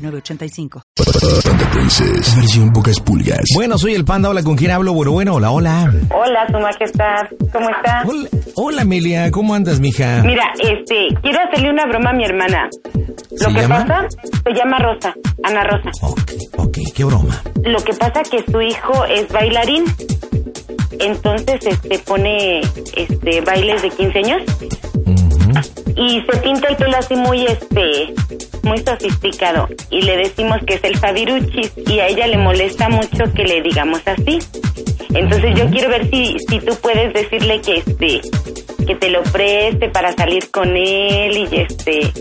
985. Panda Princess, versión pocas pulgas. Bueno, soy el Panda. Hola, ¿con quién hablo? Bueno, bueno, hola, hola. Hola, su majestad. ¿Cómo está? Hola, hola, Amelia. ¿Cómo andas, mija? Mira, este, quiero hacerle una broma a mi hermana. Lo ¿Se que llama? pasa, se llama Rosa, Ana Rosa. Ok, ok, qué broma. Lo que pasa que su hijo es bailarín. Entonces, este, pone, este, bailes de 15 años y se pinta el pelo así muy, este, muy sofisticado. Y le decimos que es el Fabiruchis y a ella le molesta mucho que le digamos así. Entonces, yo quiero ver si, si tú puedes decirle que, este, que te lo preste para salir con él y, este,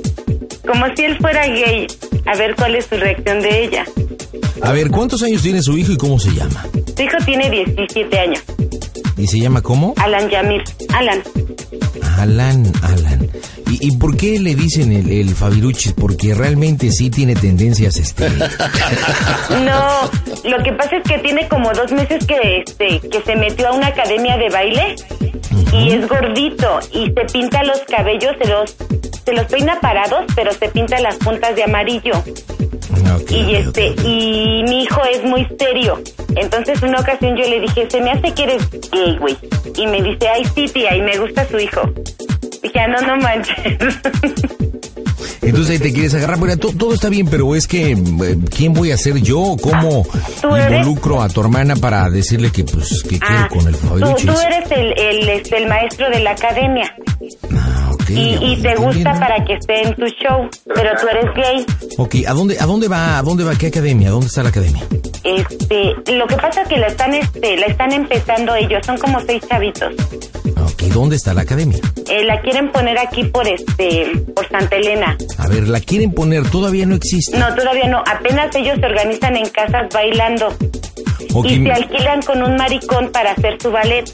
como si él fuera gay. A ver cuál es su reacción de ella. A ver, ¿cuántos años tiene su hijo y cómo se llama? Su hijo tiene 17 años. ¿Y se llama cómo? Alan Yamir. Alan. Alan, Alan. ¿Y, y por qué le dicen el, el Fabiruchis? Porque realmente sí tiene tendencias, este... No, lo que pasa es que tiene como dos meses que, este, que se metió a una academia de baile y es gordito y se pinta los cabellos, se los, se los peina parados, pero se pinta las puntas de amarillo. Ok, Y ok, este, ok. y mi hijo es muy serio. Entonces una ocasión yo le dije, se me hace que eres gay, güey. Y me dice, ay sí, tía, y me gusta su hijo. Dije, ah, no, no manches. Entonces ahí te quieres agarrar. Bueno, to- todo está bien, pero es que eh, ¿quién voy a ser yo? ¿Cómo Tú eres- involucro a tu hermana para decirle que pues que Ah, quiero con el tú, Fabiruchis? tú eres el, el, este, el maestro de la academia. Ah, ok, y, y ok, te gusta entiendo. para que esté en tu show, pero tú eres gay. Ok, ¿a dónde, ¿a dónde va? ¿A dónde va? ¿Qué academia? ¿Dónde está la academia? Este, lo que pasa es que la están, este, la están empezando ellos, son como seis chavitos. Ah, Ok, ¿dónde está la academia? Eh, la quieren poner aquí por este, por Santa Elena. A ver, la quieren poner, todavía no existe. No, todavía no. Apenas ellos se organizan en casas bailando Ok, y se mi- alquilan con un maricón para hacer su ballet.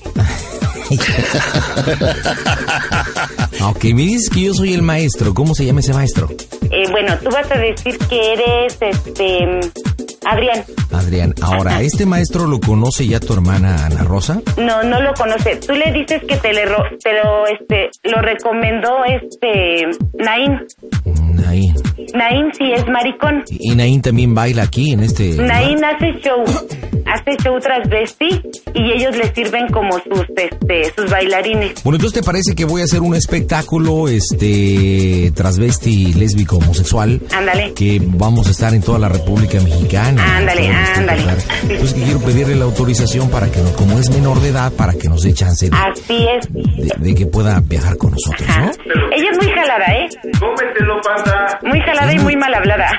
ah, ok, me dices que yo soy el maestro. ¿Cómo se llama ese maestro? Eh, bueno, tú vas a decir que eres, este, Adrián. Adrián, ahora, Ajá. ¿este maestro lo conoce ya tu hermana Ana Rosa? No, no lo conoce. Tú le dices que te, le ro- te lo, este, lo recomendó, este, Naín. Naín. Naín sí es maricón. Mm, Y y Naín también baila aquí en este... lugar? Naín hace show, hace show transvesti y ellos le sirven como sus este sus bailarines. Bueno, entonces te parece que voy a hacer un espectáculo, este, transvesti, lésbico, homosexual. Ándale. Que vamos a estar en toda la República Mexicana. Ándale, En todo el Distrito ándale. Federal. Entonces que quiero pedirle la autorización para que, no- como es menor de edad, para que nos dé chance de, Así es. de- de que pueda viajar con nosotros, Ajá. ¿no? Ella es muy jalada, ¿eh? Cómetelo, panda. Muy jalada y muy mal hablada.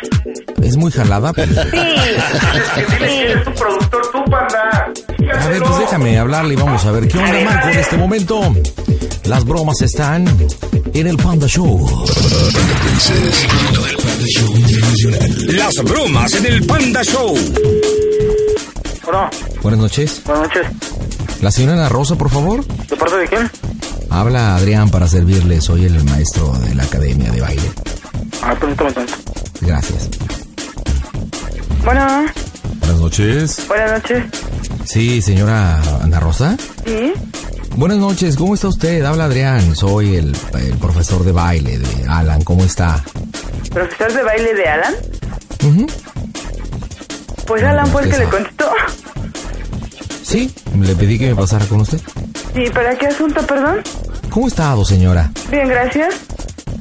Es muy jalada. pero- Sí. Que dile que Sí. eres tu productor, tú, panda. A ver, pues déjame hablarle y vamos a ver qué onda, ver, Manco. En este momento, las bromas están en el Panda Show. Las bromas en el Panda Show. Hola, Buenas noches. buenas noches. La señora Ana Rosa, por favor. ¿De parte de quién? Habla Adrián para servirle, soy el maestro de la academia de baile. Ah, permítame tanto. Gracias. Bueno, Buenas noches. buenas noches. Sí, señora Ana Rosa. Sí. Buenas noches, ¿cómo está usted? Habla Adrián, soy el, el profesor de baile de Alan, ¿cómo está? ¿Profesor de baile de Alan? Ujú. Pues Alan fue el que le contestó. Sí, le pedí que me pasara con usted. Sí, ¿para qué asunto, perdón? ¿Cómo ha estado, señora? Bien, gracias.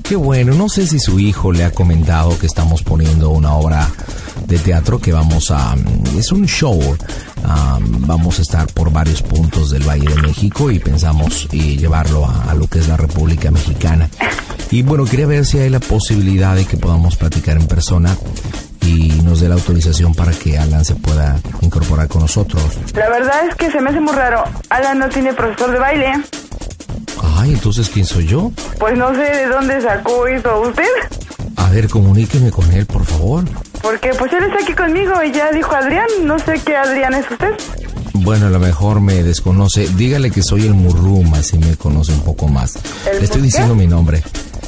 Qué bueno, no sé si su hijo le ha comentado que estamos poniendo una obra de teatro que vamos a... mm, Es un show. ah, vamos a estar por varios puntos del Valle de México y pensamos eh, llevarlo a, a lo que es la República Mexicana. Y bueno, quería ver si hay la posibilidad de que podamos platicar en persona y nos dé la autorización para que Alan se pueda incorporar con nosotros. La verdad es que se me hace muy raro. Alan no tiene profesor de baile. Ay, entonces, ¿quién soy yo? Pues no sé de dónde sacó eso usted. A ver, comuníqueme con él, por favor. Porque pues él está aquí conmigo y ya dijo Adrián, no sé qué Adrián es usted. Bueno, a lo mejor me desconoce. Dígale que soy el Murrum, así me conoce un poco más. ¿El Le estoy qué? diciendo mi nombre.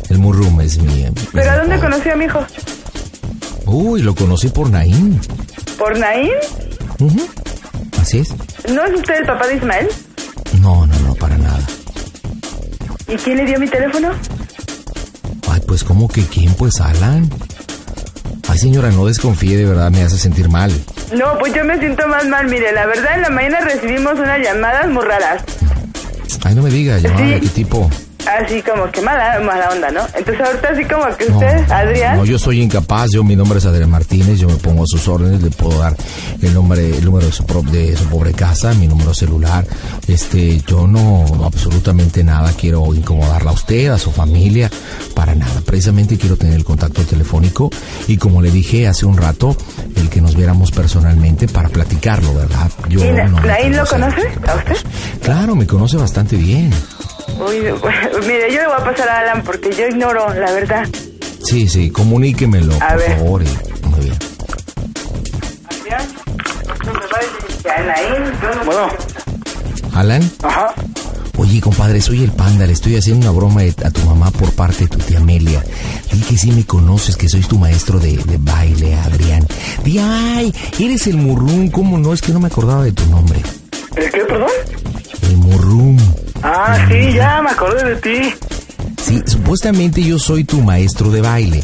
El Murrum es mi... eh, ¿Pero a mi dónde apodo. conoció a mi hijo? Uy, lo conocí por Naín. ¿Por Naín? Ujú. Así es. ¿No es usted el papá de Ismael? No, no, no, para nada. ¿Y quién le dio mi teléfono? Ay, pues como que quién, pues Alan. Ay, señora, no desconfíe, de verdad me hace sentir mal. No, pues yo me siento más mal. Mire, la verdad en la mañana recibimos unas llamadas muy raras. Ay, no me diga, llamada de Sí. qué tipo. Así como que mala, mala onda, ¿no? Entonces ahorita así como que No, usted, Adrián, No, yo soy incapaz, yo mi nombre es Adrián Martínez, yo me pongo a sus órdenes, le puedo dar el nombre, el número de su, pro- de su pobre casa, mi número celular. Este, yo no absolutamente nada quiero incomodarla a usted, a su familia, para nada. Precisamente quiero tener el contacto telefónico y como le dije hace un rato, el que nos viéramos personalmente para platicarlo, ¿verdad? Yo ¿Y Na- me Naín atrevo a lo hacer conoce muchos a usted? comentarios. Claro, me conoce bastante bien. uy, bueno, mire, yo le voy a pasar a Alan porque yo ignoro, la verdad. Sí, sí, comuníquemelo, A por ver. favor. y- muy bien. Adrián, usted me va a decir que a Naín, yo no- Bueno, Alan. ajá. Oye, compadre, soy el panda, le estoy haciendo una broma de- a tu mamá por parte de tu tía Amelia. Di que sí me conoces, que soy tu maestro de, de baile, Adrián. Di, ay, eres el murrún, ¿cómo no? Es que no me acordaba de tu nombre. ¿El qué, perdón? El murrún. Ah, sí, ya me acordé de ti. Sí, supuestamente yo soy tu maestro de baile.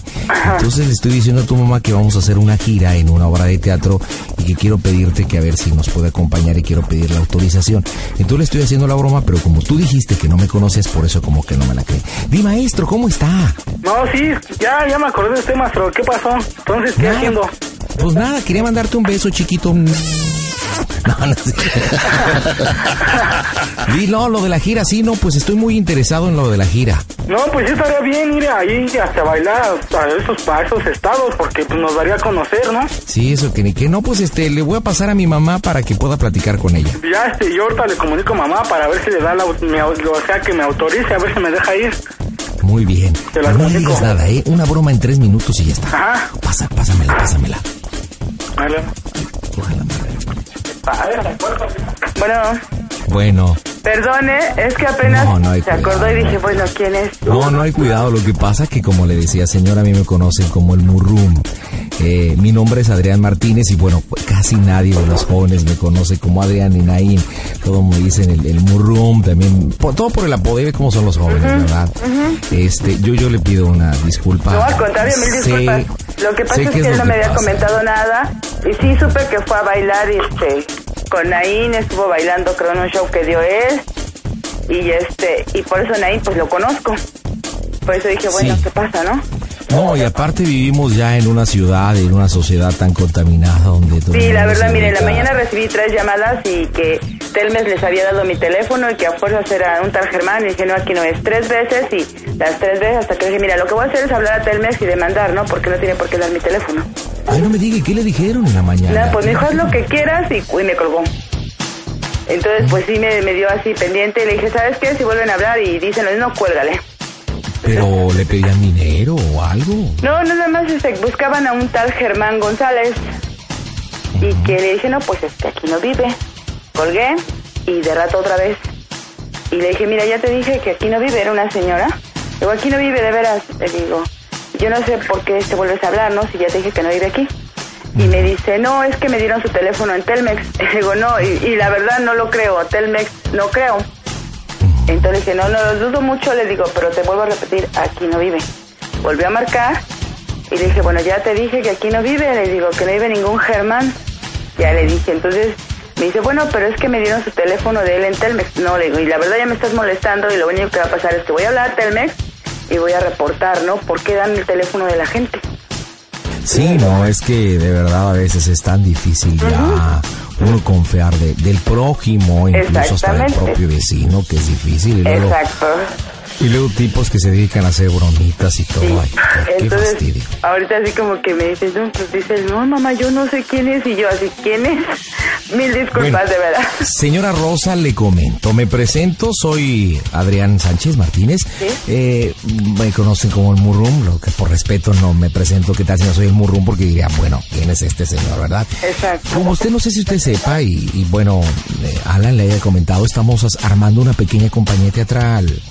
Entonces le estoy diciendo a tu mamá que vamos a hacer una gira en una obra de teatro y que quiero pedirte que a ver si nos puede acompañar y quiero pedir la autorización. Entonces le estoy haciendo la broma, pero como tú dijiste que no me conoces, por eso como que no me la creí. Di, maestro, ¿cómo está? No, sí, ya, ya me acordé de usted, maestro. ¿Qué pasó? Entonces, ¿qué Nada. haciendo? Pues nada, quería mandarte un beso, chiquito. No, no sé. Di, no, lo de la gira, sí, no, pues estoy muy interesado en lo de la gira. No, pues yo estaría bien ir ahí hasta bailar a esos, a esos estados porque pues, nos daría a conocer, ¿no? Sí, eso que ni que. No, pues este, le voy a pasar a mi mamá para que pueda platicar con ella. Ya, este, yo ahorita le comunico a mamá para ver si le da la, au- mi au- o sea, que me autorice, a ver si me deja ir. Muy bien. Te la no le comunico. digas nada, ¿eh? Una broma en tres minutos y ya está. Ajá. Pasa, pásamela, pásamela. Vale. Cógela, madre. Bueno, Bueno, perdone, es que apenas No, no hay se acordó y cuidado. dije, bueno, ¿quién es? no, no hay cuidado. Lo que pasa que, como le decía, señora, a mí me conocen como el Murrum. Eh, mi nombre es Adrián Martínez y, bueno, pues, casi nadie de los jóvenes me conoce como Adrián y Naín. Todos me dicen el, el Murrum también. por- todo por el apodo, como son los jóvenes, ¿verdad? Este, yo, yo le pido una disculpa. No, al contrario, mil Sé- disculpas. lo que pasa sé es qué que él lo no me había pasa. comentado nada y sí supe que fue a bailar este con Naín, estuvo bailando creo en un show que dio él y este y por eso Naín pues lo conozco. Por eso dije, bueno, Sí. ¿qué pasa, no? No, y aparte vivimos ya en una ciudad, en una sociedad tan contaminada donde todo Sí, el la mundo verdad, se mire, en la dedica- mañana recibí tres llamadas y que Telmes les había dado mi teléfono y que a fuerzas era un tal Germán. Y dije, no, aquí no es. Tres veces y las tres veces hasta que dije, mira, lo que voy a hacer es hablar a Telmes y demandar, ¿no? Porque no tiene por qué dar mi teléfono. Ay, no me diga, ¿qué le dijeron en la mañana? Nada, pues me dijo, haz lo que quieras y, y me colgó. Entonces, pues sí, me, me dio así pendiente y le dije, ¿sabes qué? Si vuelven a hablar y dicen lo mismo, cuélgale. Pero le pedían dinero o algo. No, nada más este, buscaban a un tal Germán González y que le dije, no, pues este aquí no vive. Colgué y de rato otra vez. Y le dije, mira, ya te dije que aquí no vive, era una señora. Digo, aquí no vive de veras, le digo. Yo no sé por qué te vuelves a hablar, ¿no? Si ya te dije que no vive aquí. Y me dice, no, es que me dieron su teléfono en Telmex. Digo, no, y, y la verdad no lo creo, Telmex no creo. Entonces dije, no, no, lo dudo mucho, le digo, pero te vuelvo a repetir, aquí no vive. Volvió a marcar y le dije, bueno, ya te dije que aquí no vive, le digo, que no vive ningún Germán. Ya le dije, entonces me dice, bueno, pero es que me dieron su teléfono de él en Telmex. No, le digo, y la verdad ya me estás molestando y lo único que va a pasar es que voy a hablar a Telmex y voy a reportar, ¿no? ¿Por qué dan el teléfono de la gente? Sí, no, es que de verdad a veces es tan difícil ya uno confiar de- del prójimo, incluso hasta del Exactamente. propio vecino, que es difícil. Y luego, Exacto. y luego tipos que se dedican a hacer bromitas y todo. Ay, qué- qué Entonces, fastidio. ahorita así como que me dices, no, pues dices, no, mamá, yo no sé quién es, y yo así, ¿quién es? Mil disculpas, Bueno. de verdad. Señora Rosa, le comento, me presento, soy Adrián Sánchez Martínez. Eh, me conocen como el Murrum, lo que por respeto no me presento, que tal si no soy el Murrum? Porque dirían, bueno, ¿quién es este señor, verdad? Exacto. Como usted no sé si usted sepa, y, y bueno, eh, Alan le haya comentado, estamos as- armando una pequeña compañía teatral.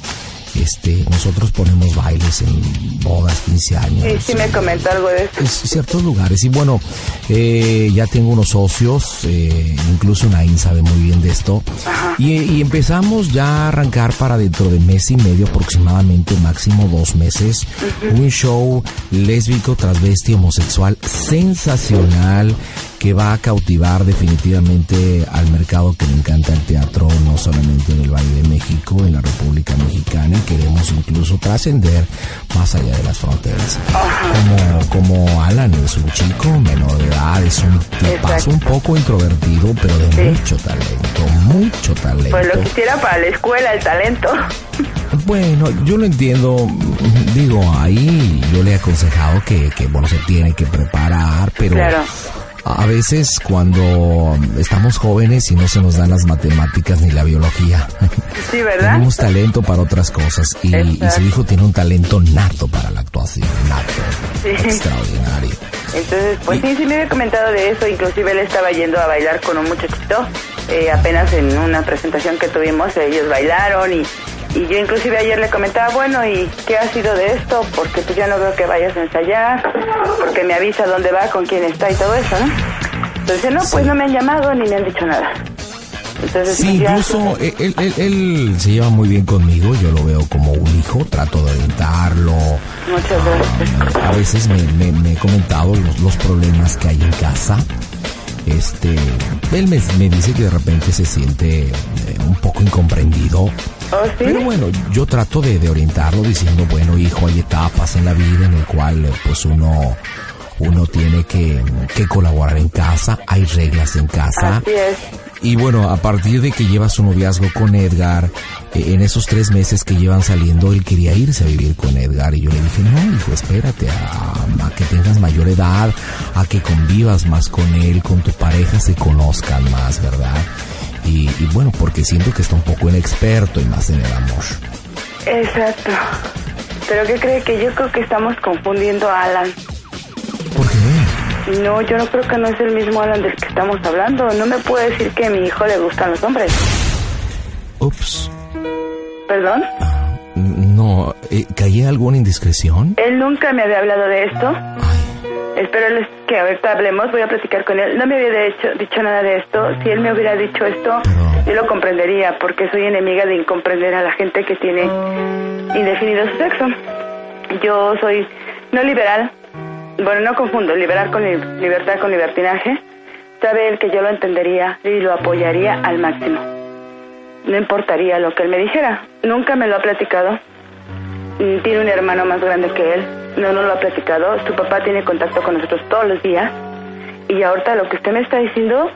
Este, nosotros ponemos bailes en bodas, 15 años. Sí, sí Eh, me comentó algo de esto. en ciertos lugares. Y bueno, eh, ya tengo unos socios, eh, incluso Nain sabe muy bien de esto. Y, y empezamos ya a arrancar para dentro de mes y medio aproximadamente, máximo dos meses, un show lésbico, transvesti, homosexual sensacional que va a cautivar definitivamente al mercado que le encanta el teatro, no solamente en el Valle de México, en la República Mexicana, y queremos incluso trascender más allá de las fronteras. Como, como Alan es un chico menor de edad, es un tipazo Exacto. un poco introvertido, pero de Sí. mucho talento, mucho talento. Pues lo quisiera para la escuela, el talento. Bueno, yo lo entiendo. Digo, ahí yo le he aconsejado que, que bueno, se tiene que preparar, pero Claro. a veces cuando estamos jóvenes y no se nos dan las matemáticas ni la biología, Sí, ¿verdad? tenemos talento para otras cosas. Y, y Exacto. su hijo tiene un talento nato para la actuación, nato, Sí. extraordinario. Entonces, pues sí, sí me había comentado de eso. Inclusive él estaba yendo a bailar con un muchachito. Eh, apenas en una presentación que tuvimos, ellos bailaron y, y yo inclusive ayer le comentaba, bueno, ¿y qué ha sido de esto? Porque tú ya no veo que vayas a ensayar, porque me avisa dónde va, con quién está y todo eso, ¿no? Entonces, no, pues no me han llamado ni me han dicho nada. Entonces, pues, Sí, ya- incluso él, él- él- él se lleva muy bien conmigo, yo lo veo como un hijo, trato de orientarlo, Muchas gracias. A veces me, me- me he comentado los, los problemas que hay en casa. Este, él me, me dice que de repente se siente eh, un poco incomprendido. ¿Oh, sí? Pero bueno, yo trato de, de orientarlo diciendo, bueno, hijo, hay etapas en la vida en el cual eh, pues uno uno tiene que, que colaborar en casa, hay reglas en casa. Así es. Y bueno, a partir de que lleva su noviazgo con Edgar, eh, en esos tres meses que llevan saliendo, él quería irse a vivir con Edgar. Y yo le dije, no, hijo, espérate a, a que tengas mayor edad, a que convivas más con él, con tu pareja, se conozcan más, ¿verdad? Y, y bueno, porque siento que está un poco inexperto y más en el amor. Exacto. Pero ¿qué cree que yo creo que estamos confundiendo a Alan? ¿Por qué? No, yo no creo que no es el mismo Alan del que estamos hablando. No me puede decir que a mi hijo le gustan los hombres. Ups. ¿Perdón? Ah, No, eh, ¿caí en alguna indiscreción? Él nunca me había hablado de esto. Ay, Espero les- que ahorita hablemos, voy a platicar con él. No me había hecho- dicho nada de esto. Si él me hubiera dicho esto, yo lo comprendería, porque soy enemiga de incomprender a la gente que tiene indefinido su sexo. Yo soy no liberal, bueno, no confundo liberal con li- libertad con libertinaje. Sabe él que yo lo entendería y lo apoyaría al máximo. No importaría lo que él me dijera. Nunca me lo ha platicado. Mm, Tiene un hermano más grande que él. No nos lo ha platicado. Su papá tiene contacto con nosotros todos los días. Y ahorita lo que usted me está diciendo,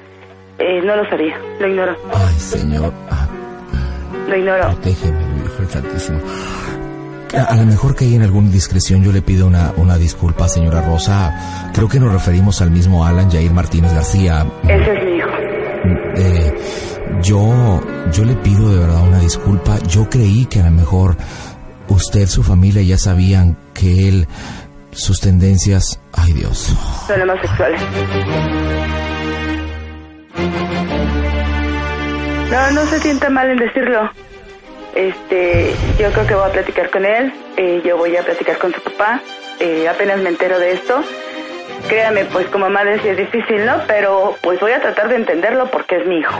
eh, no lo sabía. Lo ignoro. ay, señor. Ah. Lo ignoro. Protégeme, Virgen Santísima. A, a lo mejor que hay en alguna discreción, yo le pido una, una disculpa, señora Rosa. Creo que nos referimos al mismo Alan Jair Martínez García. Ese es mi hijo. Eh, yo, yo le pido de verdad una disculpa. Yo creí que a lo mejor usted, su familia ya sabían que él, sus tendencias, ay Dios. Son homosexuales. No, no se sienta mal en decirlo. Este, yo creo que voy a platicar con él. eh, yo voy a platicar con su papá. eh, apenas me entero de esto. Créame, pues como madre sí es difícil, ¿no? Pero pues voy a tratar de entenderlo porque es mi hijo.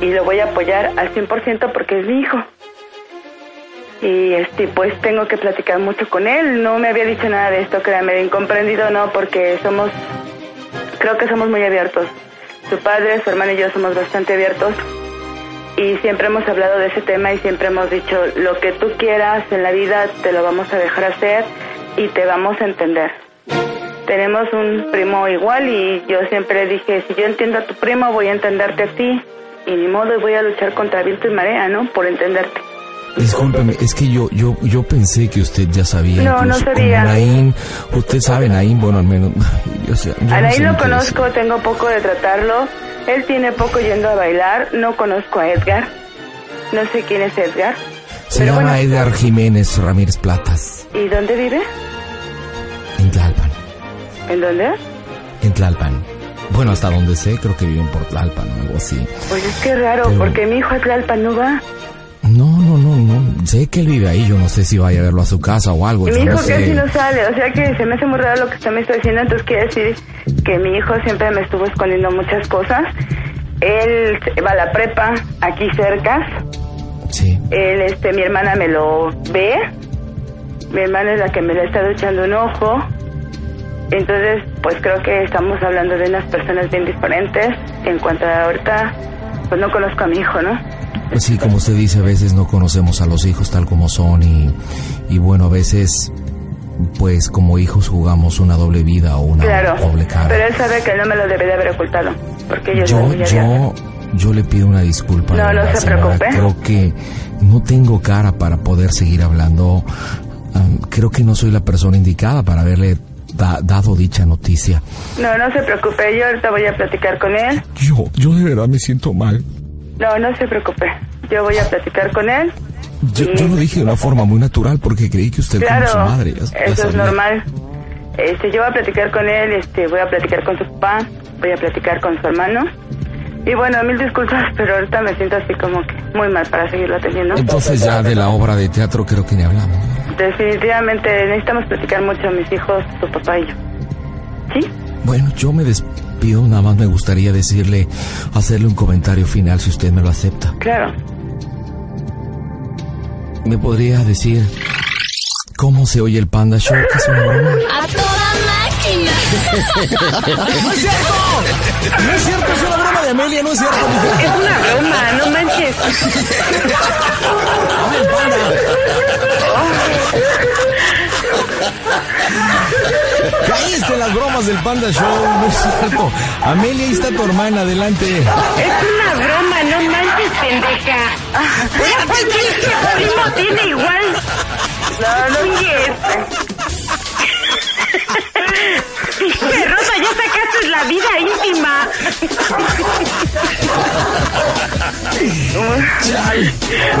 Y lo voy a apoyar al 100% porque es mi hijo. Y este, pues tengo que platicar mucho con él. No me había dicho nada de esto, créame, de incomprendido no, porque somos, creo que somos muy abiertos. Su padre, su hermano y yo somos bastante abiertos. Y siempre hemos hablado de ese tema y siempre hemos dicho, lo que tú quieras en la vida te lo vamos a dejar hacer y te vamos a entender. Tenemos un primo igual y yo siempre dije, si yo entiendo a tu primo, voy a entenderte a ti. Y ni modo, voy a luchar contra viento y marea, ¿no? Por entenderte. Discúlpeme, es que yo, yo, yo pensé que usted ya sabía. No, no incluso con sabía. Naín, usted sabe, Naín, bueno, al menos. ay, Dios, yo no Alain sé lo ni qué decir. conozco, tengo poco de tratarlo. Él tiene poco yendo a bailar, no conozco a Edgar. No sé quién es Edgar. Se Pero llama bueno, Edgar Jiménez Ramírez Platas, ¿Y dónde vive? en Tlalpan. ¿En dónde? En Tlalpan. Bueno, hasta donde sé, creo que viven por Tlalpan o algo así. Pues es que raro, Pero- porque mi hijo a Tlalpan no va. No, no, no, no. Sé que él vive ahí. Yo no sé si vaya a verlo a su casa o algo. Y mi yo hijo pues no sé. casi no sale, o sea que se me hace muy raro lo que usted me está diciendo, entonces quiere decir que mi hijo siempre me estuvo escondiendo muchas cosas. Él va a la prepa aquí cerca, Sí. Él, este, mi hermana me lo ve. Mi hermana es la que me le está echando un ojo. Entonces, pues creo que estamos hablando de unas personas bien diferentes. En cuanto a ahorita, pues no conozco a mi hijo, ¿no? Pues Sí, como usted dice, a veces no conocemos a los hijos tal como son y, y bueno, a veces pues como hijos jugamos una doble vida o una Claro. doble cara. Pero él sabe que no me lo debe de haber ocultado. Porque yo, yo, sabía ya. yo, yo le pido una disculpa. No, de no verdad, se señora. preocupe. Creo que no tengo cara para poder seguir hablando. Am, creo que no soy la persona indicada para haberle da- dado dicha noticia. No, no se preocupe. Yo ahorita voy a platicar con él. Yo, yo de verdad me siento mal. No, no se preocupe. Yo voy a platicar con él. Yo, yo lo dije de una forma muy natural porque creí que usted Claro, como su madre. ya- ya eso es sabía. normal. Este, yo voy a platicar con él, este, voy a platicar con su papá, voy a platicar con su hermano. Y bueno, mil disculpas, pero ahorita me siento así como que muy mal para seguirlo atendiendo. Em. Entonces ya de la obra de teatro creo que ni hablamos. Definitivamente necesitamos platicar mucho mis hijos, su papá y yo. ¿Sí? Bueno, yo me despido, nada más me gustaría decirle, hacerle un comentario final si usted me lo acepta. Claro. ¿Me podría decir cómo se oye el Panda Show? que es una broma? ¡A toda máquina! ¡No es cierto! ¡No es cierto! ¡Es una broma de Amelia! ¡No es cierto! Es una broma, no manches. ¡Caíste en las bromas del Panda Show! ¡No es cierto! Amelia, ahí está tu hermana, adelante. Es una broma, no manches, pendeja. Mira, pues es que primo tiene igual. No, no Pinche Rosa, ya sacaste la vida íntima. Chale.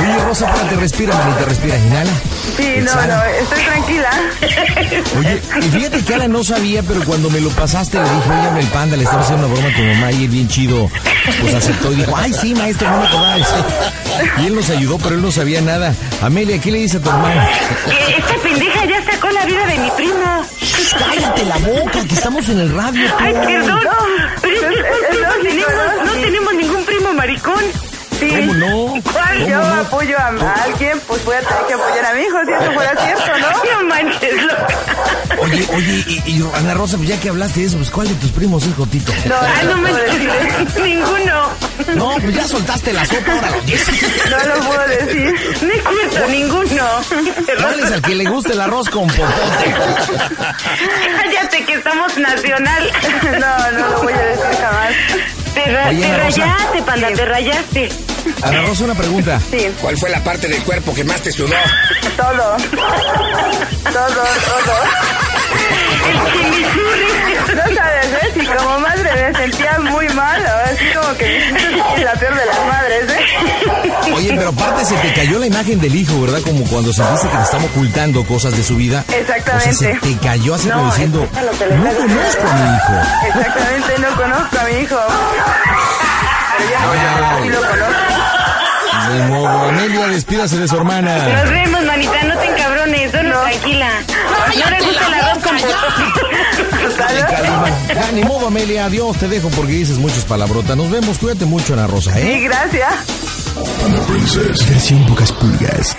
Oye, Rosa, espérate, respira, manita, respira. Inhala. Sí, no, Exhala. no, estoy tranquila. Eh, Oye, y fíjate que Ala no sabía, pero cuando me lo pasaste le dije, oye, el panda, le estaba haciendo una broma a tu mamá y él bien chido, pues aceptó y dijo, ay, sí, maestro, no me acordaba. Sí. Y él nos ayudó, pero él no sabía nada. Amelia, ¿qué le dice a tu hermano? Que esta pendeja ya sacó la vida de mi primo. Cállate la boca, que estamos en el radio. tú. Ay, perdón. Pero es que ¿cuál primo tenemos? No tenemos ningún primo maricón. Sí. ¿Cómo no? ¿Cuál? ¿Cómo Yo no? apoyo a, a alguien, pues voy a tener que apoyar a mi hijo, si eso fuera cierto, ¿no? No manches, Oye, oye, y, y Ana Rosa, pues ya que hablaste de eso, pues ¿cuál de tus primos es Jotito? No, Ah, no manches, ninguno. No, pues ya soltaste la sopa, ahora lo dices. No lo puedo decir. No es cierto, ninguno. Dales al que le guste el arroz con popote. Cállate que somos nacional. No, no lo voy a decir jamás. Te, ra- Oye, te Ana Rosa. rayaste, panda, te rayaste. Ana Rosa, una pregunta. Sí, ¿Cuál fue la parte del cuerpo que más te sudó? todo. Todo, todo. El chimichurri. No sabes, ¿eh? Si como madre me sentía muy mal, así como que me siento la peor de las madres, ¿eh? Oye, pero aparte se te cayó la imagen del hijo, ¿verdad? Como cuando sentiste que te estaba ocultando cosas de su vida. Exactamente. O sea, se te cayó así como No, diciendo, es lo que le no está conozco a mi hijo. Exactamente, no conozco a mi hijo. Pero ya sí lo conozco. De modo, Amelia, despídase de su hermana. Nos vemos, manita, no te encabrones, solo tranquila. No le gusta la voz con Calma. Ya, ni modo, Amelia, adiós, te dejo porque dices muchas palabrotas. Nos vemos, cuídate mucho, Ana Rosa, ¿eh? Sí, gracias. Panda Princess. Versión pocas pulgas.